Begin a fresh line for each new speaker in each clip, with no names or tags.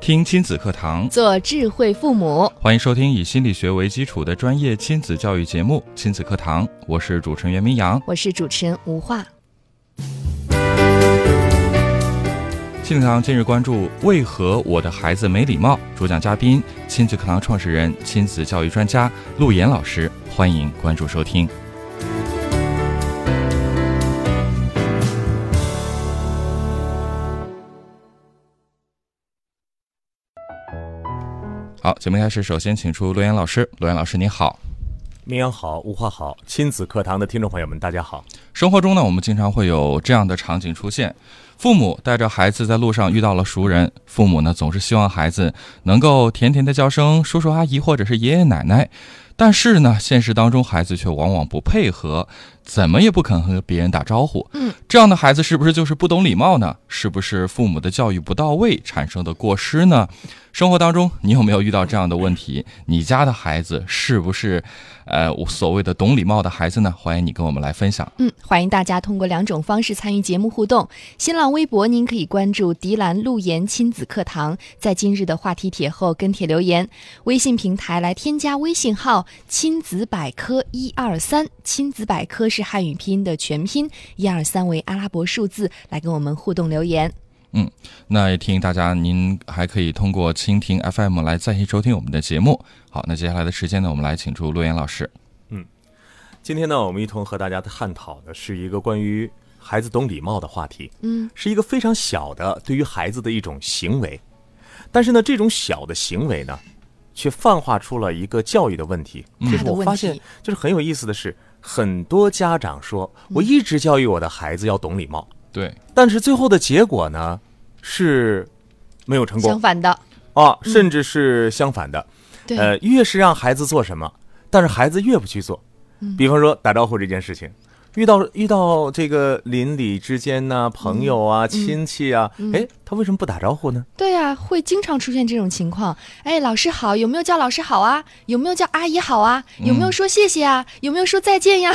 听亲子课堂，
做智慧父母。
欢迎收听以心理学为基础的专业亲子教育节目《亲子课堂》，我是主持人袁明阳。
我是主持人吴化。
亲子课堂近日关注“为何我的孩子没礼貌”，主讲嘉宾亲子课堂创始人、亲子教育专家陆岩老师，欢迎关注收听。好，节目开始，首先请出陆岩老师。陆岩老师，您好。
绵阳好，无话好，亲子课堂的听众朋友们，大家好。
生活中呢，我们经常会有这样的场景出现：父母带着孩子在路上遇到了熟人，父母呢总是希望孩子能够甜甜的叫声叔叔阿姨或者是爷爷奶奶，但是呢，现实当中孩子却往往不配合，怎么也不肯和别人打招呼。
嗯，
这样的孩子是不是就是不懂礼貌呢？是不是父母的教育不到位产生的过失呢？生活当中，你有没有遇到这样的问题？你家的孩子是不是，呃，我所谓的懂礼貌的孩子呢？欢迎你跟我们来分享。
嗯，欢迎大家通过两种方式参与节目互动。新浪微博，您可以关注“迪兰路言亲子课堂”，在今日的话题帖后跟帖留言。微信平台来添加微信号“亲子百科一二三”，亲子百科是汉语拼音的全拼，一二三为阿拉伯数字，来跟我们互动留言。
那也提醒大家，您还可以通过蜻蜓 FM 来在线收听我们的节目。好，那接下来的时间呢，我们来请出陆岩老师。
今天呢，我们一同和大家探讨的是一个关于孩子懂礼貌的话题，
嗯，
是一个非常小的对于孩子的一种行为，但是呢，这种小的行为呢，却泛化出了一个教育的问题。就是
大嗯的
我
问
发现
题，
就是很有意思的是，很多家长说，
嗯
我一直教育我的孩子要懂礼貌，
对，
但是最后的结果呢，是没有成
相
功
反的，
啊，甚至是相反的。
对，
呃，越是让孩子做什么，但是孩子越不去做。
嗯
比方说打招呼这件事情，遇到遇到这个邻里之间呐、朋友
嗯
啊、亲戚啊，哎，他为什么不打招呼呢？
对呀、会经常出现这种情况。哎，老师好，有没有叫老师好啊？有没有叫阿姨好啊？有没有说谢谢啊？有没有说再见呀？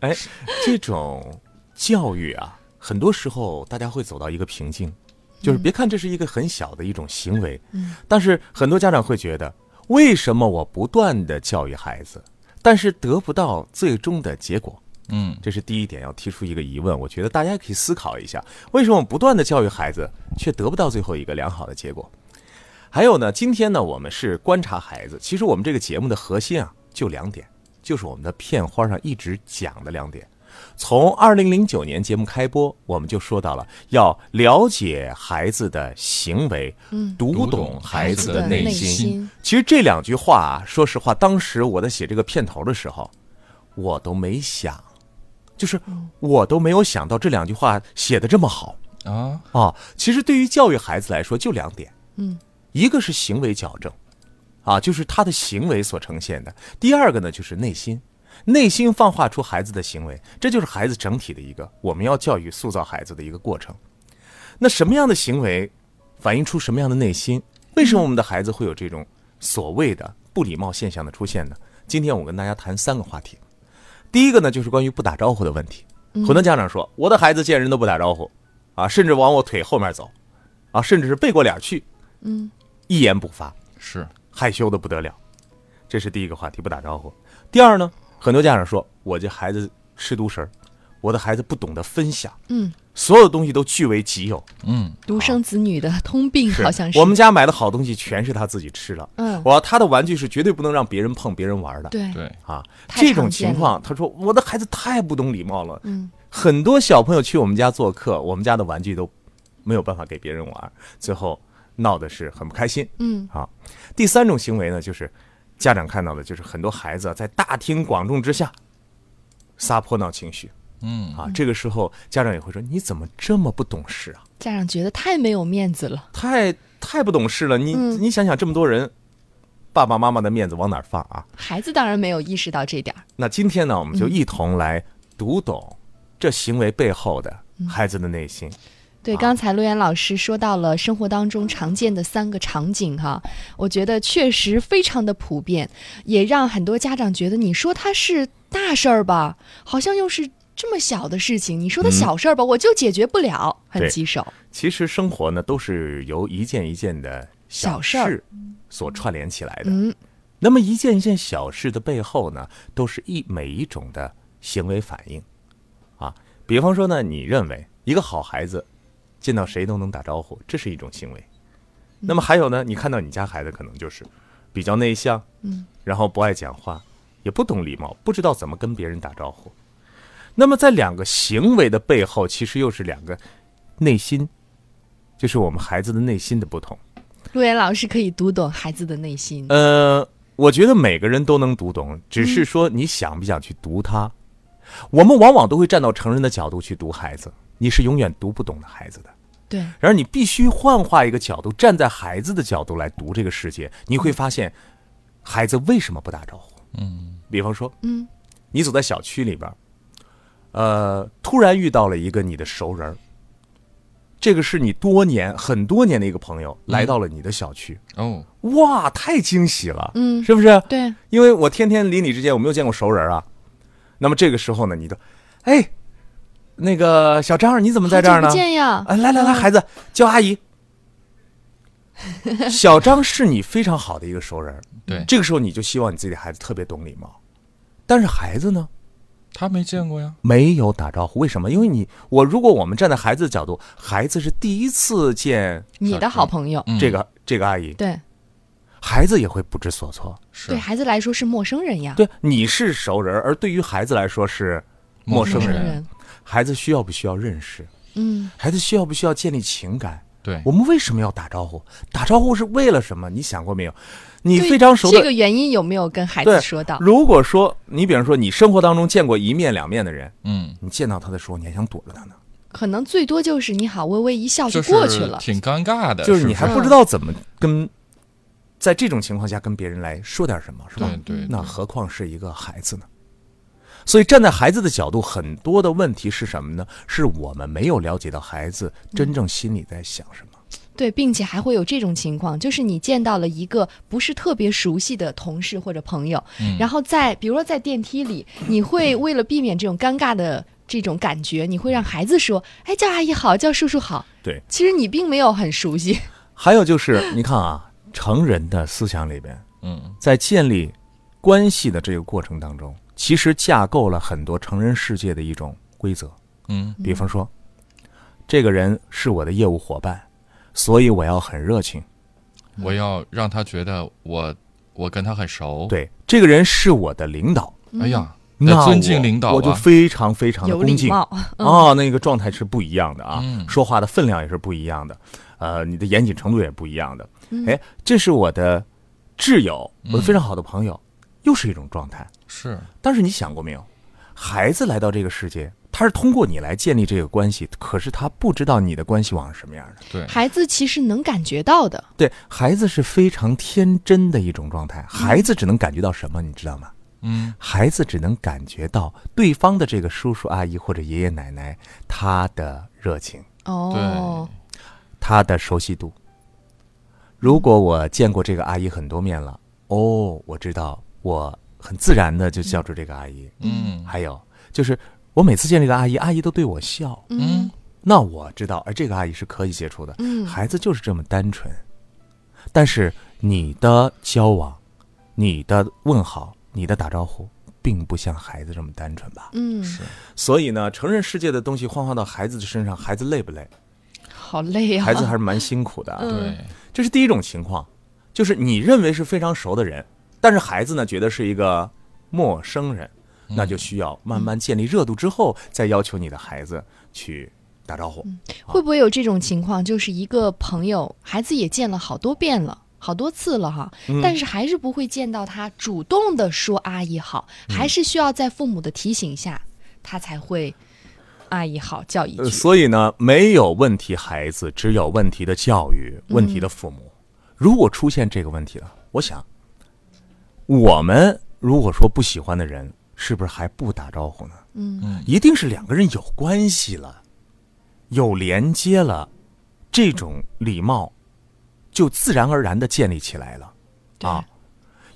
哎，这种教育啊，很多时候大家会走到一个瓶颈，就是别看这是一个很小的一种行为，但是很多家长会觉得，为什么我不断的教育孩子，但是得不到最终的结果？
嗯，
这是第一点，要提出一个疑问。我觉得大家可以思考一下，为什么我们不断的教育孩子，却得不到最后一个良好的结果？还有呢，今天呢，我们是观察孩子。其实我们这个节目的核心啊，就两点，就是我们的片花上一直讲的两点。从二零零九年节目开播，我们就说到了要了解孩子的行为，
嗯
读
读懂
懂
孩
孩
子
子
的
的内
内
心。
心
其实这两句话啊，说实话，当时我在写这个片头的时候，我都没想，就是我都没有想到这两句话写的这么好
啊，
啊。其实对于教育孩子来说，就两点，
嗯，
一个是行为矫正，啊，就是他的行为所呈现的；第二个呢，就是内心。内心放化出孩子的行为，这就是孩子整体的一个我们要教育塑造孩子的一个过程。那什么样的行为反映出什么样的内心？为什么我们的孩子会有这种所谓的不礼貌现象的出现呢？今天我跟大家谈三个话题。第一个呢，就是关于不打招呼的问题。很多家长说，我的孩子见人都不打招呼，啊，甚至往我腿后面走，啊，甚至是背过脸去，
嗯，
一言不发，
是
害羞的不得了。这是第一个话题，不打招呼。第二呢，很多家长说，我这孩子吃独食儿，我的孩子不懂得分享，
嗯，
所有的东西都据为己有，
独生子女的通病好像是
我们家买的好东西全是他自己吃了，
嗯
我他的玩具是绝对不能让别人碰、别人玩的，
对
对，
啊，
太
这种
常见
情况，他说我的孩子太不懂礼貌了，
嗯，
很多小朋友去我们家做客，我们家的玩具都没有办法给别人玩，最后闹的是很不开心，
嗯
啊。第三种行为呢，就是家长看到的，就是很多孩子啊在大庭广众之下撒泼闹情绪，
嗯
啊。这个时候家长也会说：“你怎么这么不懂事啊？
家长觉得太没有面子了。
太太不懂事了！你、
嗯
你想想，这么多人，爸爸妈妈的面子往哪儿放啊？”
孩子当然没有意识到这点儿。
那今天呢，我们就一同来读懂这行为背后的孩子的内心。啊
对，刚才陆岩老师说到了生活当中常见的三个场景哈、我觉得确实非常的普遍，也让很多家长觉得你说它是大事儿吧，好像又是这么小的事情；你
嗯
说它小事儿吧，我就解决不了，很
对
棘手。
其实生活呢，都是由一件一件的
小事儿
事所串联起来的。
嗯，
那么一件一件小事的背后呢，都是一每一种的行为反应。啊，比方说呢，你认为一个好孩子见到谁都能打招呼，这是一种行为。
嗯
那么还有呢，你看到你家孩子可能就是比较内向，
嗯，
然后不爱讲话，也不懂礼貌，不知道怎么跟别人打招呼。那么在两个行为的背后，其实又是两个内心，就是我们孩子的内心的不同。
陆岩老师可以读懂孩子的内心。
呃，我觉得每个人都能读懂，只是说你想不想去读它。我们往往都会站到成人的角度去读孩子，你是永远读不懂的孩子的。
对，
然而，你必须幻化一个角度，站在孩子的角度来读这个世界，你会发现，孩子为什么不打招呼？嗯，比方说，
嗯，
你走在小区里边儿，呃，突然遇到了一个你的熟人儿，这个是你多年很多年的一个朋友，来到了你的小区，
哦，
哇，太惊喜了，
嗯
是不是？
对，
因为我天天邻里之间我没有见过熟人啊。那么这个时候呢，你都，哎，那个小张，你怎么在这儿呢
好久不？见呀，嗯
啊，来来来，孩子叫阿姨。 小张是你非常好的一个熟人，
对
这个时候你就希望你自己的孩子特别懂礼貌，但是孩子呢
他没见过呀，
没有打招呼，为什么？因为你我如果我们站在孩子的角度，孩子是第一次见
你的好朋友，
嗯
这个、这个阿姨，
对
孩子也会不知所措。
是
对孩子来说是陌生人呀，
对，你是熟人，而对于孩子来说是陌
陌
生
生
陌
人
生。人，
孩子需要不需要认识？
嗯，
孩子需要不需要建立情感？
对
我，们为什么要打招呼？打招呼是为了什么？你想过没有？你
对
非常熟的，
这个原因有没有跟孩子
对
说到？
如果说你比方说你生活当中见过一面两面的人，
嗯，
你见到他的时候，你还想躲着他呢，
可能最多就是你好，微微一笑
就
就是过去了。
挺尴尬的，
就是
不
你还不知道怎么跟，在这种情况下跟别人来说点什么，是吧
对？对，
那何况是一个孩子呢？所以站在孩子的角度，很多的问题是什么呢？是我们没有了解到孩子真正心里在想什么。
对，并且还会有这种情况，就是你见到了一个不是特别熟悉的同事或者朋友，
嗯
然后在比如说在电梯里，你会为了避免这种尴尬的这种感觉，你会让孩子说：“哎，叫阿姨好，叫叔叔好。”
对，
其实你并没有很熟悉。
还有就是，你看啊，成人的思想里边，
嗯，
在建立关系的这个过程当中，其实架构了很多成人世界的一种规则。
嗯，
比方说，这个人是我的业务伙伴，所以我要很热情。
嗯
我要让他觉得我我跟他很熟，，
对，这个人是我的领导，
嗯
哎呀，
那
得
我
尊敬领导
我就
啊，
非常非常的
有
恭
礼
敬
貌，嗯
啊，那个状态是不一样的啊，
嗯
说话的分量也是不一样的，呃，你的严谨程度也不一样的。
嗯
哎，这是我的挚友，
嗯
我的非常好的朋友，又是一种状态。
是，
但是你想过没有，孩子来到这个世界，他是通过你来建立这个关系，可是他不知道你的关系网是什么样的。
对，
孩子其实能感觉到的。
对孩子是非常天真的一种状态，孩子只能感觉到什么，你知道吗？
嗯，
孩子只能感觉到对方的这个叔叔阿姨或者爷爷奶奶他的热情，
哦，
他的熟悉度。如果我见过这个阿姨很多面了，哦，我知道，我很自然的就叫住这个阿姨。
嗯
还有就是，我每次见这个阿姨，阿姨都对我笑，
嗯，
那我知道，哎，这个阿姨是可以接触的。
嗯
孩子就是这么单纯。但是你的交往、你的问好、你的打招呼，并不像孩子这么单纯吧？
嗯，
所以呢，成人世界的东西幻化到孩子的身上，孩子累不累？
好累啊。
孩子还是蛮辛苦的啊。
嗯
对，
这是第一种情况，就是你认为是非常熟的人，但是孩子呢觉得是一个陌生人，那就需要慢慢建立热度之后，再要求你的孩子去打招呼。
会不会有这种情况，就是一个朋友孩子也见了好多遍了。好多次了哈，
嗯
但是还是不会见到他
嗯
主动的说阿姨好，还是需要在父母的提醒下，他才会阿姨好，叫一
呃
句。
所以呢，没有问题孩子，只有问题的教育，问题的父母。如果出现这个问题了，我想，我们如果说不喜欢的人，是不是还不打招呼呢？嗯，一定是两个人有关系了，有连接了，这种礼貌就自然而然的建立起来了。啊，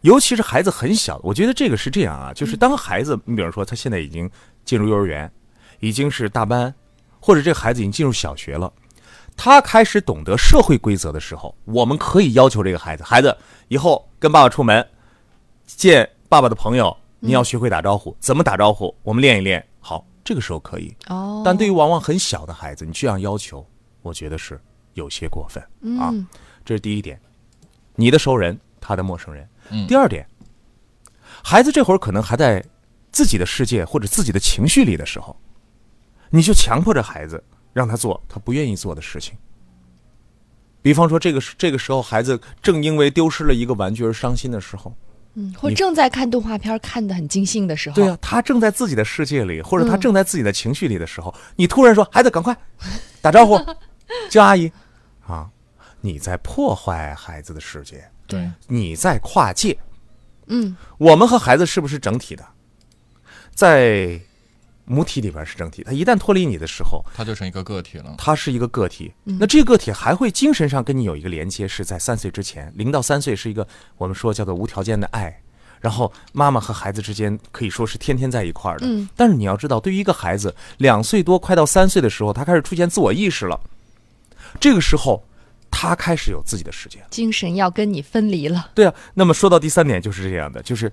尤其是孩子很小，我觉得这个是这样啊，就是当孩子，你比如说他现在已经进入幼儿园，已经是大班，或者这个孩子已经进入小学了，他开始懂得社会规则的时候，我们可以要求这个孩子，孩子以后跟爸爸出门，见爸爸的朋友，你要学会打招呼，怎么打招呼，我们练一练。好，这个时候可以，
哦，
但对于往往很小的孩子，你这样要求，我觉得是有些过分啊。
嗯
这是第一点，你的熟人，他的陌生人。第二点，孩子这会儿可能还在自己的世界或者自己的情绪里的时候，你就强迫着孩子让他做他不愿意做的事情。比方说，这个时这个时候，孩子正因为丢失了一个玩具而伤心的时候，
嗯，或
你
正在看动画片儿看得很尽兴的时候，
对啊，他正在自己的世界里，或者他
嗯
正在自己的情绪里的时候，你突然说：“孩子，赶快打招呼，叫阿姨。”啊，你在破坏孩子的世界，
对，
你在跨界。
嗯，
我们和孩子是不是整体的？在母体里边是整体，他一旦脱离你的时候，
他就成一个个体了。
他是一个个体。那这个个体还会精神上跟你有一个连接，是在三岁之前，零到三岁是一个我们说叫做无条件的爱。然后妈妈和孩子之间可以说是天天在一块儿的。
嗯
但是你要知道，对于一个孩子两岁多快到三岁的时候，他开始出现自我意识了。这个时候，他开始有自己的世界了。
精神要跟你分离了。
对啊，那么说到第三点就是这样的，就是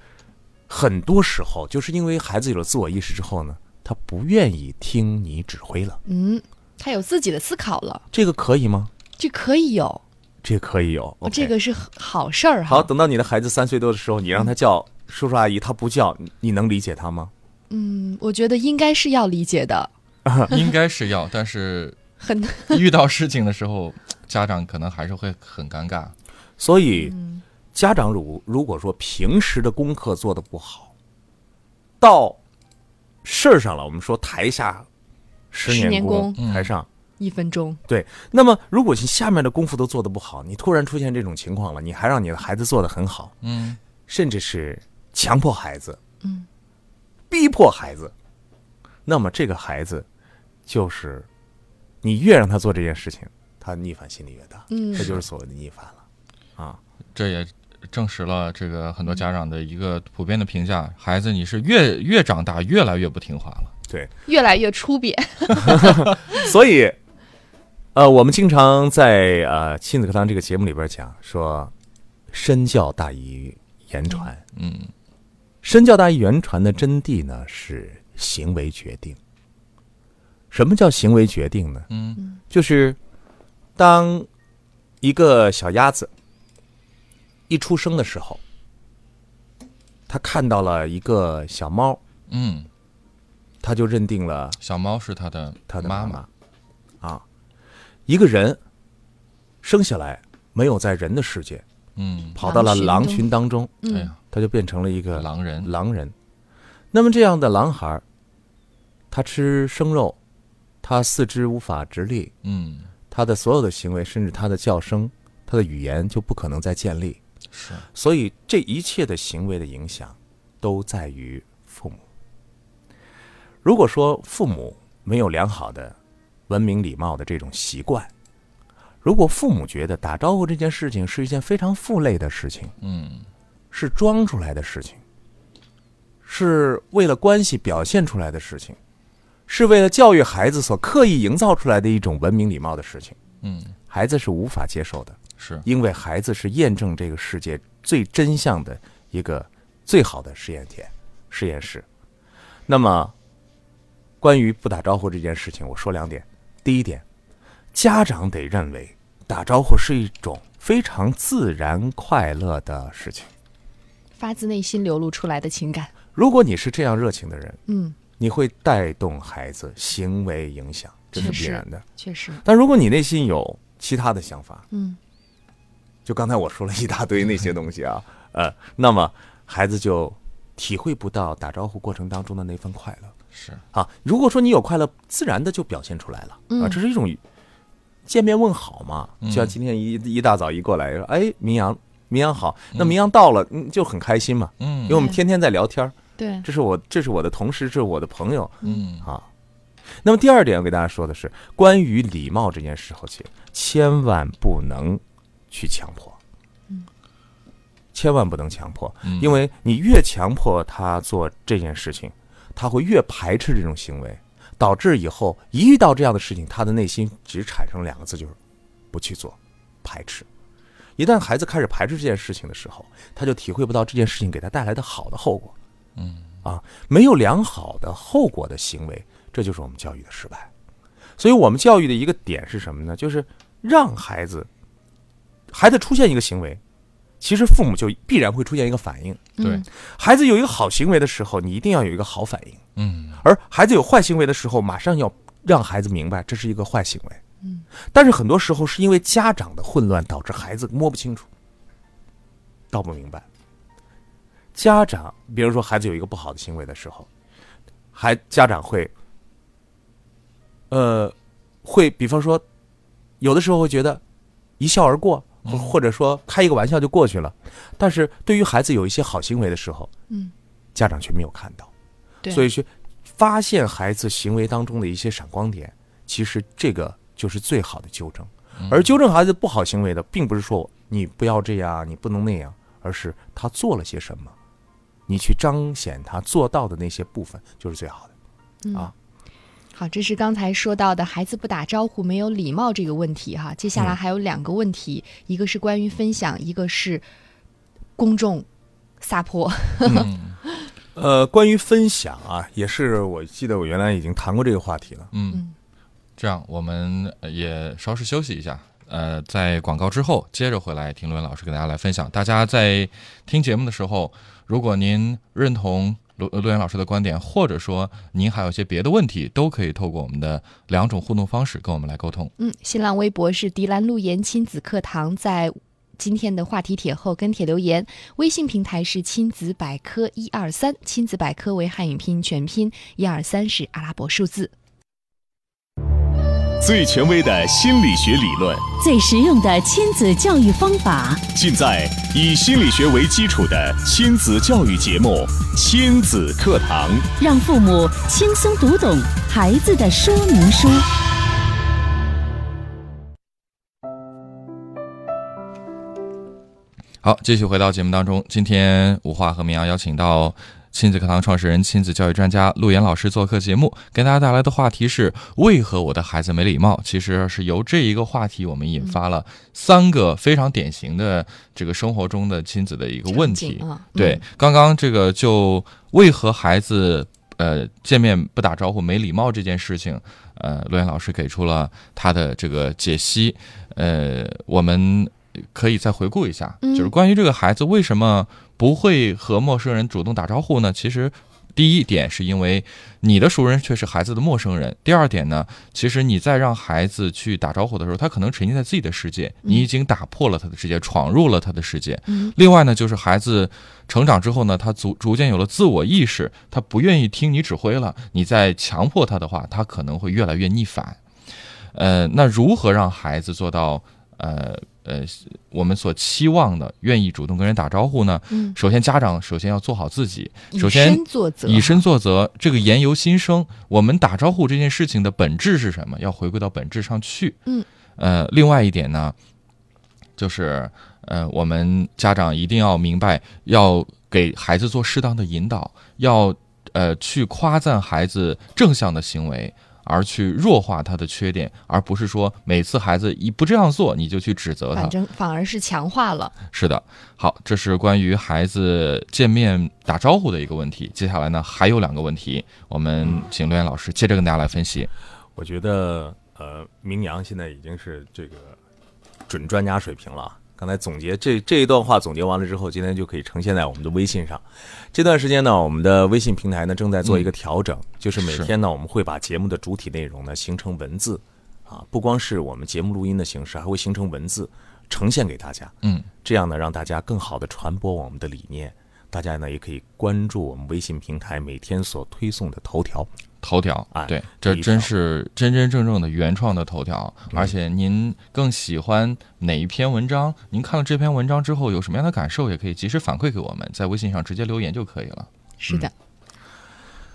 很多时候就是因为孩子有了自我意识之后呢，他不愿意听你指挥了。
嗯，他有自己的思考了，
这个可以吗？
这可以有，
这个可以有。
哦
OK
这个是好好事儿哈。
好，等到你的孩子三岁多的时候，你让他叫叔叔阿姨，他不叫，你你能理解他吗？
嗯，我觉得应该是要理解的，
应该是要，但是
很
遇到事情的时候，家长可能还是会很尴尬。
所以，家长如如果说平时的功课做得不好，到事儿上了，我们说台下十
十
年
年
功，
功
台上
一分钟。
对，那么如果你下面的功夫都做得不好，你突然出现这种情况了，你还让你的孩子做得很好，
嗯，
甚至是强迫孩子，嗯，逼迫孩子，那么这个孩子就是你越让他做这件事情，他逆反心理越大，
嗯
这就是所谓的逆反了。
这也证实了这个
嗯
很多家长的一个普遍的评价：孩子，你是越越长大越来越不听话了。
对，
越来越出瘪。
所以，呃，我们经常在呃亲子课堂这个节目里边讲说，身教大于言传，
嗯，
身教大于言传的真谛呢，是行为决定。什么叫行为决定呢？
嗯，
就是当一个小鸭子一出生的时候，它看到了一个小猫，
嗯，
它就认定了
小猫是他的
它的
妈
妈。啊，一个人生下来没有在人的世界，
嗯，
跑到了
狼
狼
群
群当中，
哎呀，
它就变成了一个
狼人，
狼人。那么这样的狼孩儿，他吃生肉，他四肢无法直立，
嗯，
他的所有的行为，甚至他的叫声、他的语言就不可能再建立。
是，
所以这一切的行为的影响，都在于父母。如果说父母没有良好的文明礼貌的这种习惯，如果父母觉得打招呼这件事情是一件非常负累的事情，
嗯，
是装出来的事情，是为了关系表现出来的事情，是为了教育孩子所刻意营造出来的一种文明礼貌的事情，
嗯，
孩子是无法接受的，
是，
因为孩子是验证这个世界最真相的一个最好的实验田、实验室。那么，关于不打招呼这件事情，我说两点。第一点，家长得认为打招呼是一种非常自然快乐的事情。
发自内心流露出来的情感。
如果你是这样热情的人，
嗯，
你会带动孩子行为影响，这是
确实
必然的。
确实，
但如果你内心有其他的想法，
嗯，
就刚才我说了一大堆那些东西啊， 呃，那么孩子就体会不到打招呼过程当中的那份快乐，
是
啊。如果说你有快乐，自然的就表现出来了、啊，
嗯
这是一种见面问好嘛。
嗯
就像今天一一大早一过来说，哎，明阳，明阳好，那明阳到了，嗯，就很开心嘛，
嗯
因为我们天天在聊天儿，
对，
这是我这是我的同事，这是我的朋友
嗯
啊。那么第二点要给大家说的是，关于礼貌这件事后期，千万不能去强迫，千万不能强迫，
嗯
因为你越强迫他做这件事情，他会越排斥这种行为，导致以后一遇到这样的事情，他的内心只产生两个字，就是不去做，排斥。一旦孩子开始排斥这件事情的时候，他就体会不到这件事情给他带来的好的后果。嗯，啊，没有良好的后果的行为，这就是我们教育的失败。所以我们教育的一个点是什么呢？就是让孩子，孩子出现一个行为，其实父母就必然会出现一个反应。
对
嗯
孩子有一个好行为的时候，你一定要有一个好反应；
嗯
而孩子有坏行为的时候，马上要让孩子明白这是一个坏行为。嗯，但是很多时候是因为家长的混乱导致孩子摸不清楚、道不明白。家长，比如说孩子有一个不好的行为的时候，孩家长会，呃，会比方说，有的时候会觉得一笑而过，或或者说开一个玩笑就过去了。但是对于孩子有一些好行为的时候，
嗯，
家长却没有看到，
对
所以去发现孩子行为当中的一些闪光点，其实这个就是最好的纠正。而纠正孩子不好行为的，并不是说你不要这样，你不能那样，而是他做了些什么，你去彰显他做到的那些部分，就是最好的。
好，这是刚才说到的孩子不打招呼没有礼貌这个问题哈。接下
嗯
来还有两个问题，一个是关于分享，一个是公众撒泼。
嗯
呃，关于分享啊，也是我记得我原来已经谈过这个话题了。
嗯，这样我们呃也稍事休息一下。呃，在广告之后，接着回来，听罗源老师给大家来分享。大家在听节目的时候，如果您认同罗罗源老师的观点，或者说您还有一些别的问题，都可以透过我们的两种互动方式跟我们来沟通。
嗯，新浪微博是迪兰路言亲子课堂，在今天的话题帖后跟帖留言。微信平台是亲子百科一二三，亲子百科为汉语拼音全拼，一二三是阿拉伯数字。
最权威的心理学理论，
最实用的亲子教育方法，
尽在以心理学为基础的亲子教育节目《亲子课堂》。
让父母轻松读懂孩子的说明书。
好，继续回到节目当中。今天吴华和明阳邀请到亲子课堂创始人、亲子教育专家陆岩老师做客节目，给大家带来的话题是“为何我的孩子没礼貌”。其实是由这一个话题，我们引发
嗯
了三个非常典型的这个生活中的亲子的一个问题。
场景啊，嗯
对，，刚刚这个就为何孩子呃见面不打招呼、没礼貌这件事情，呃，罗源老师给出了他的这个解析。呃，我们可以再回顾一下，
嗯
就是关于这个孩子为什么不会和陌生人主动打招呼呢？其实。第一点是因为你的熟人却是孩子的陌生人。第二点呢，其实你在让孩子去打招呼的时候，他可能沉浸在自己的世界，你已经打破了他的世界，闯入了他的世界。另外呢，就是孩子成长之后呢，他逐逐渐有了自我意识，他不愿意听你指挥了，你再强迫他的话，他可能会越来越逆反。呃，那如何让孩子做到呃呃我们所期望的愿意主动跟人打招呼呢？
嗯
首先，家长首先要做好自己，
以
首先
身作则，
以身作则，这个言由心生。我们打招呼这件事情的本质是什么？要回归到本质上去。
嗯，
呃，另外一点呢，就是呃，我们家长一定要明白，要给孩子做适当的引导，要呃去夸赞孩子正向的行为。而去弱化他的缺点，而不是说每次孩子一不这样做，你就去指责他。
反正反而是强化了。
是的，好，这是关于孩子见面打招呼的一个问题。接下来呢，还有两个问题，我
嗯
们请刘岩老师接着跟大家来分析。
我觉得呃，明阳现在已经是这个准专家水平了啊。刚才总结这这一段话总结完了之后，今天就可以呈现在我们的微信上。这段时间呢，我们的微信平台呢正在做一个调整，就是每
嗯是
天呢我们会把节目的主体内容呢形成文字，啊，不光是我们节目录音的形式，还会形成文字呈现给大家。
嗯，
这样呢让大家更好的传播我们的理念，大家呢也可以关注我们微信平台每天所推送的头条。
头条
哎，
对，
这
这
一
真
条
是真真正正的原创的头条。而且您更喜欢哪一篇文章？您看了这篇文章之后有什么样的感受，也可以及时反馈给我们，在微信上直接留言就可以了。
是的，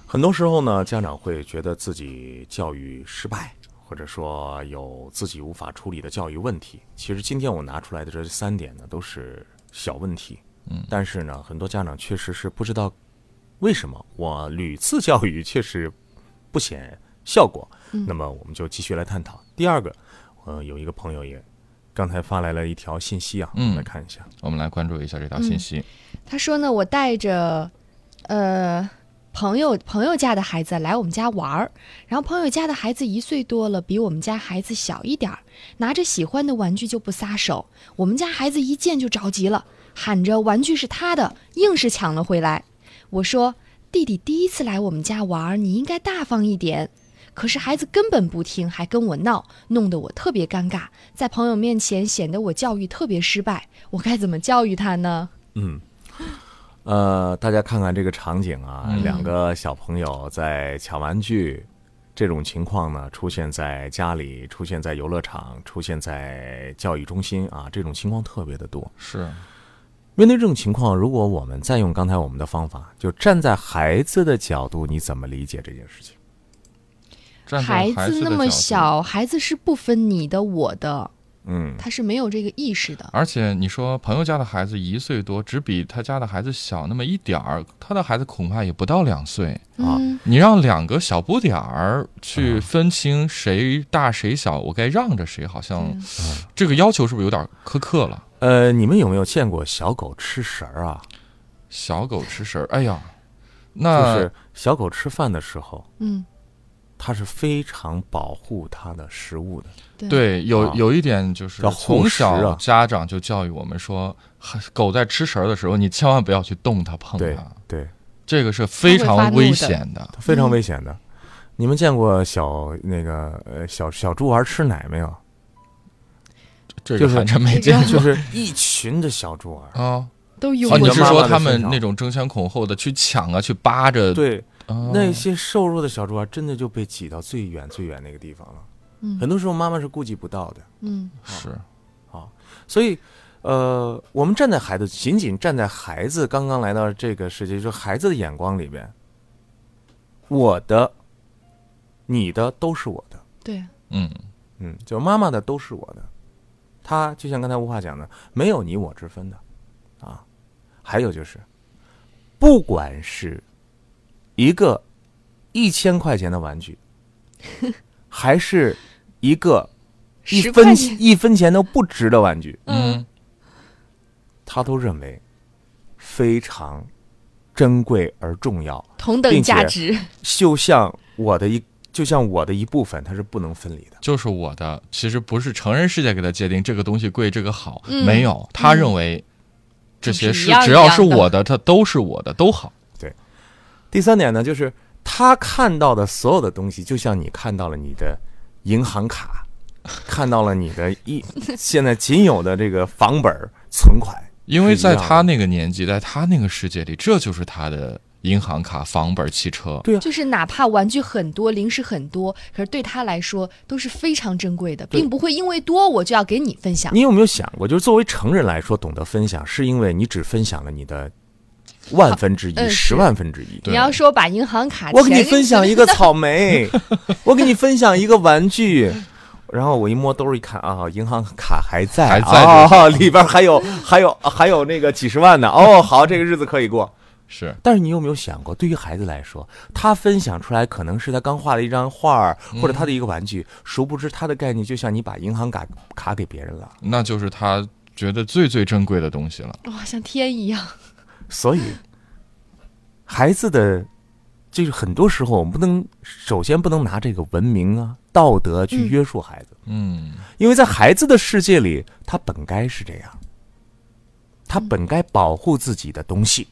很多时候呢，家长会觉得自己教育失败，或者说有自己无法处理的教育问题。其实今天我拿出来的这三点呢，都是小问题。嗯，但是呢，很多家长确实是不知道为什么我屡次教育确实不显效果。那么我们就继续来探讨第二个。呃，有一个朋友也刚才发来了一条信息啊，我们来看一下。
我们来关注一下这条
嗯
信息。
他说呢，我带着，呃，朋友朋友家的孩子来我们家玩儿，然后朋友家的孩子一岁多了，比我们家孩子小一点儿，拿着喜欢的玩具就不撒手，我们家孩子一见就着急了，喊着玩具是他的，硬是抢了回来。我说，弟弟第一次来我们家玩儿，你应该大方一点。可是孩子根本不听，还跟我闹，弄得我特别尴尬，在朋友面前显得我教育特别失败。我该怎么教育他呢？
嗯，呃，大家看看这个场景啊，两个小朋友在抢玩具，这种情况呢，出现在家里，出现在游乐场，出现在教育中心啊，这种情况特别的多。
是，
面对这种情况，如果我们再用刚才我们的方法，就站在孩子的角度，你怎么理解这件事情？
站在
孩
子
子
的
那么
角度，
小，孩子是不分你的我的，
嗯，
他是没有这个意识的。
而且你说朋友家的孩子一岁多，只比他家的孩子小那么一点儿，他的孩子恐怕也不到两岁。
啊
嗯，
你让两个小不点儿去
嗯
分清谁大谁小，我该让着谁，好像
嗯
这个要求是不是有点苛刻了？
呃，你们有没有见过小狗吃食儿啊？
小狗吃食儿，哎呀，
就
那
是小狗吃饭的时候，
嗯，
它是非常保护它的食物的。
对，
对，有
啊
有一点就是
叫护
从
食啊
小家长就教育我们说，狗在吃食儿的时候，你千万不要去动它、碰
对
它，
对，
这个是非
它会发
常
怒的
危险的。
它非常危险的。你们见过小那个呃小小猪儿吃奶没有？
这
就
个
是
还真没
这
见
个
过
就是一群的小猪 儿，
啊。
都有
哦，
我
你
过
的
是
妈妈
说
的
他
身
们
上
那种争先恐后的去抢啊，去扒着？
对，
哦，
那些瘦弱的小猪儿真的就被挤到最远最远那个地方了。
嗯
很多时候妈妈是顾及不到的，
嗯，
是
所以。呃，我们站在孩子，仅仅站在孩子刚刚来到这个世界，就是孩子的眼光里边，我的、你的都是我的，
对，
嗯，
嗯，就妈妈的都是我的，她就像刚才吴话讲的，没有你我之分的，啊，还有就是，不管是一个一千块钱的玩具，还是一个一
10
分
块钱
一分钱都不值的玩具，
嗯，
他都认为非常珍贵而重要，
同等
并且
价值，
就像我的一就像我的一部分，它是不能分离的。
就是我的，其实不是成人世界给他界定这个东西贵，这个好，
嗯
没有，他认为这些
就是是一样
只要
一样
是
的
我的，它都是我的，都好。
第三点呢，就是他看到的所有的东西，就像你看到了你的银行卡，看到了你的一 现在仅有的这个房本儿存款，
因为
是一样
在
的
他那个年纪，在他那个世界里，这就是他的银行卡、房本、汽车。
对啊
就是哪怕玩具很多，零食很多，可是对他来说都是非常珍贵的，
对
并不会因为多我就要给你分享。
你有没有想过，就是作为成人来说，懂得分享，是因为你只分享了你的万分之一、
嗯
十
是
万分之一。
对
你要说把银行卡，
我给你分享一个，草莓，我给你分享一个玩具，然后我一摸兜儿一看啊，银行卡还在，
还在
哦，里边还有还有还有那个几十万呢。哦，好，这个日子可以过。
是，
但是你有没有想过，对于孩子来说，他分享出来可能是他刚画的一张画儿，或者他的一个玩具，殊不知他的概念就像你把银行卡卡给别人了。
那就是他觉得最最珍贵的东西了。
哇、像天一样，
所以，孩子的就是很多时候，我们不能首先不能拿这个文明啊、道德去
嗯
约束孩子，
嗯，
因为在孩子的世界里，他本该是这样，他本该保护自己的东西。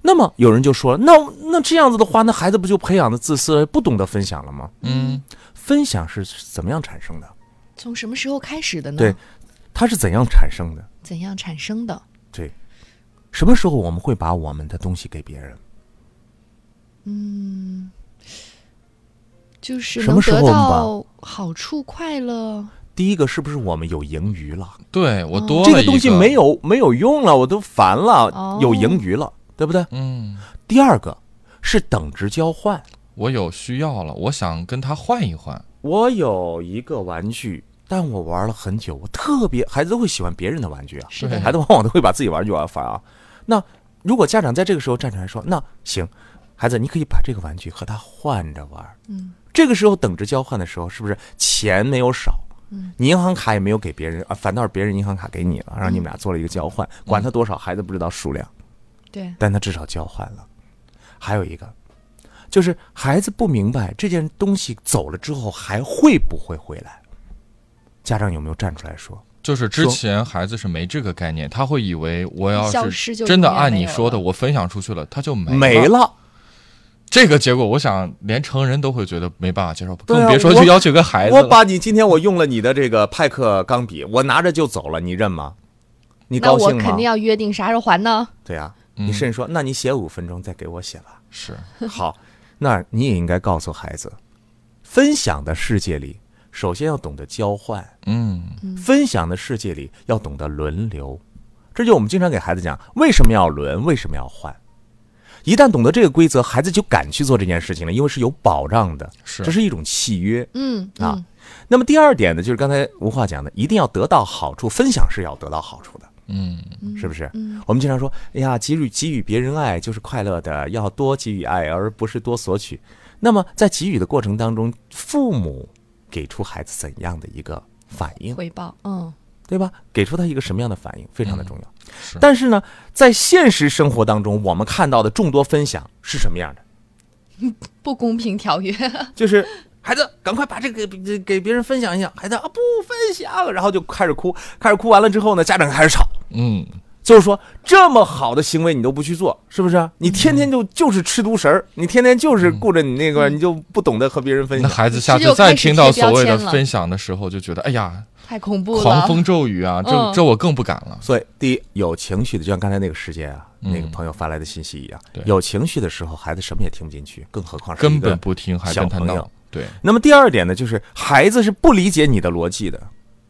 那么有人就说了，那那这样子的话，那孩子不就培养的自私，不懂得分享了吗？
嗯，
分享是怎么样产生的？
从什么时候开始的呢？
对它是怎样产生的？
怎样产生的？
对，什么时候我们会把我们的东西给别人？
就是
什
能
么时
得
候我们把
到好处、快乐。
第一个是不是我们有盈余了？
对我多
哦这
了
个
一
东西没，有没有用了，我都烦了，
哦
有盈余了，对不对？
嗯，
第二个是等值交换。
我有需要了，我想跟他换一换。
我有一个玩具，但我玩了很久，我特别孩子都会喜欢别人的玩具啊，
是
对
的，
孩子往往都会把自己玩具玩烦啊。那如果家长在这个时候站出来说，那行，孩子，你可以把这个玩具和他换着玩。
嗯，
这个时候等值交换的时候，是不是钱没有少？
嗯，
你银行卡也没有给别人啊，反倒是别人银行卡给你了，让你们俩
嗯
做了一个交换，管他多少，孩子不知道数量。
对，
但他至少交换了。还有一个，就是孩子不明白这件东西走了之后还会不会回来，家长有没有站出来说？
就是之
说
前孩子是没这个概念，他会以为我要
消
是
失就
真的
永远
按
没
你
有
说的，
了
我分享出去了，他就没
没
了。
了，
这个结果，我想连成人都会觉得没办法接受，
对啊
更别说
我
去要求个孩子
我
了。
把你今天我用了你的这个派克钢笔，我拿着就走了，你认吗？你
那
高
我
兴
肯
吗
定？要约定啥时候还呢？
对呀、
嗯
你甚至说，那你写五分钟再给我写 吧。
是，
好，那你也应该告诉孩子，分享的世界里，首先要懂得交换。
嗯，
分享的世界里要懂得轮流，这就我们经常给孩子讲，为什么要轮，为什么要换。一旦懂得这个规则，孩子就敢去做这件事情了，因为是有保障的，
是
这是一种契约。
嗯
啊
嗯，
那么第二点呢，就是刚才吴话讲的，一定要得到好处，分享是要得到好处的。
嗯，
是不是？
嗯
我们经常说，哎呀，给予给予别人爱就是快乐的，要多给予爱，而不是多索取。那么在给予的过程当中，父母给出孩子怎样的一个反应？
回报，嗯，
对吧？给出他一个什么样的反应非常的重要。
嗯是
但是呢，在现实生活当中，我们看到的众多分享是什么样的？
不公平条约，
就是 孩子赶快把这个给给别人分享一下，孩子啊不分享，然后就开始哭，开始哭完了之后呢，家长开始吵。
嗯，
就是说，这么好的行为你都不去做，是不是？你天天就
嗯
就是吃独食儿，你天天就是顾着你那个，你就不懂得和别人分
那
享。
孩子
这
下次
就
再
开始
听到
贴标
所谓的
签了
分享的时候，就觉得哎呀，
太恐怖了，
狂风骤雨啊，这
嗯
这我更不敢了。
所以，第一，有情绪的，就像刚才那个时间啊，
嗯
那个朋友发来的信息一样
对，
有情绪的时候，孩子什么也听不进去，更何况是一
根
个
本不听，还
小
跟他
朋
闹
友。
对，
那么第二点呢，就是孩子是不理解你的逻辑的，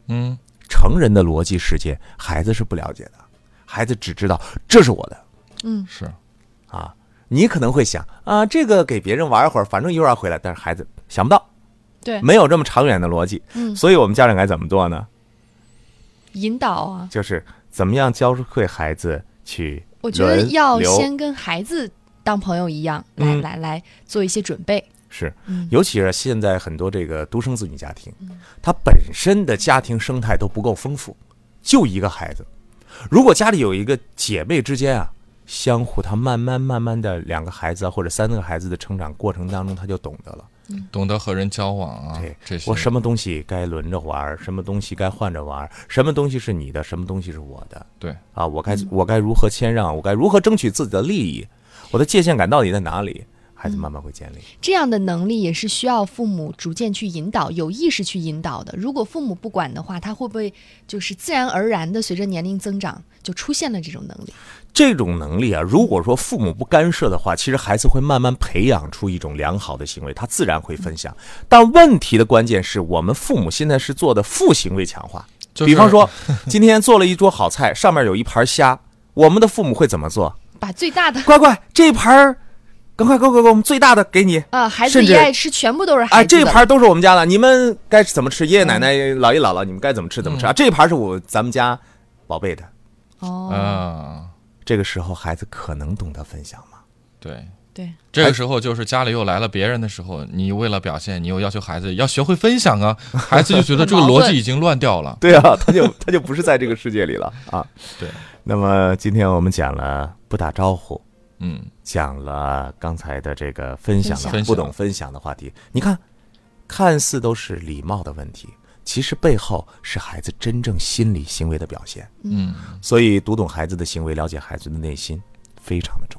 嗯，
成人的逻辑世界，孩子是不了解的，孩子只知道这是我的
是，
啊。你可能会想啊，这个给别人玩一会儿，反正一会儿要回来，但是孩子想不到，
对，
没有这么长远的逻辑，
嗯
所以我们家长该怎么做呢？
引导啊，
就是怎么样教会孩子去
我觉得
轮
要
流
先跟孩子当朋友一样，来
嗯
来来做一些准备，
是
嗯，
尤其是现在很多这个独生子女家庭，他本身的家庭生态都不够丰富，就一个孩子。如果家里有一个姐妹之间啊，相互他慢慢慢慢的两个孩子啊，或者三个孩子的成长过程当中，他就懂得了，
懂得和人交往啊
对，
这些
我什么东西该轮着玩儿，什么东西该换着玩儿，什么东西是你的，什么东西是我的
对，
啊，我该我该如何谦让，我该如何争取自己的利益，我的界限感到底在哪里？孩子慢慢会建立。
这样的能力也是需要父母逐渐去引导，有意识去引导的。如果父母不管的话，他会不会就是自然而然的随着年龄增长就出现了这种能力？
这种能力啊，如果说父母不干涉的话，其实孩子会慢慢培养出一种良好的行为，他自然会分享。但问题的关键是我们父母现在是做的负行为强化，
就是
比方说今天做了一桌好菜，上面有一盘虾，我们的父母会怎么做？
把最大的
乖乖，这盘儿，赶快，快快快，我们最大的给你。
啊，孩子
甚至
也爱吃，全部都是孩
哎，
子的。
这盘儿都是我们家的，你们该怎么吃？爷爷奶奶、姥爷姥姥，你们该怎么吃怎么吃啊？这盘儿是我咱们家宝贝的。
哦，
啊，
这个时候，孩子可能懂得分享吗？
对。
对，
这个时候就是家里又来了别人的时候，你为了表现，你又要求孩子要学会分享啊，孩子就觉得这个逻辑已经乱掉了。
对啊，他就他就不是在这个世界里了啊。
对，
那么今天我们讲了不打招呼，
嗯，
讲了刚才的这个分享的
分享
不懂分享的话题。你看，看似都是礼貌的问题，其实背后是孩子真正心理行为的表现。
嗯，
所以读懂孩子的行为，了解孩子的内心，非常的重要。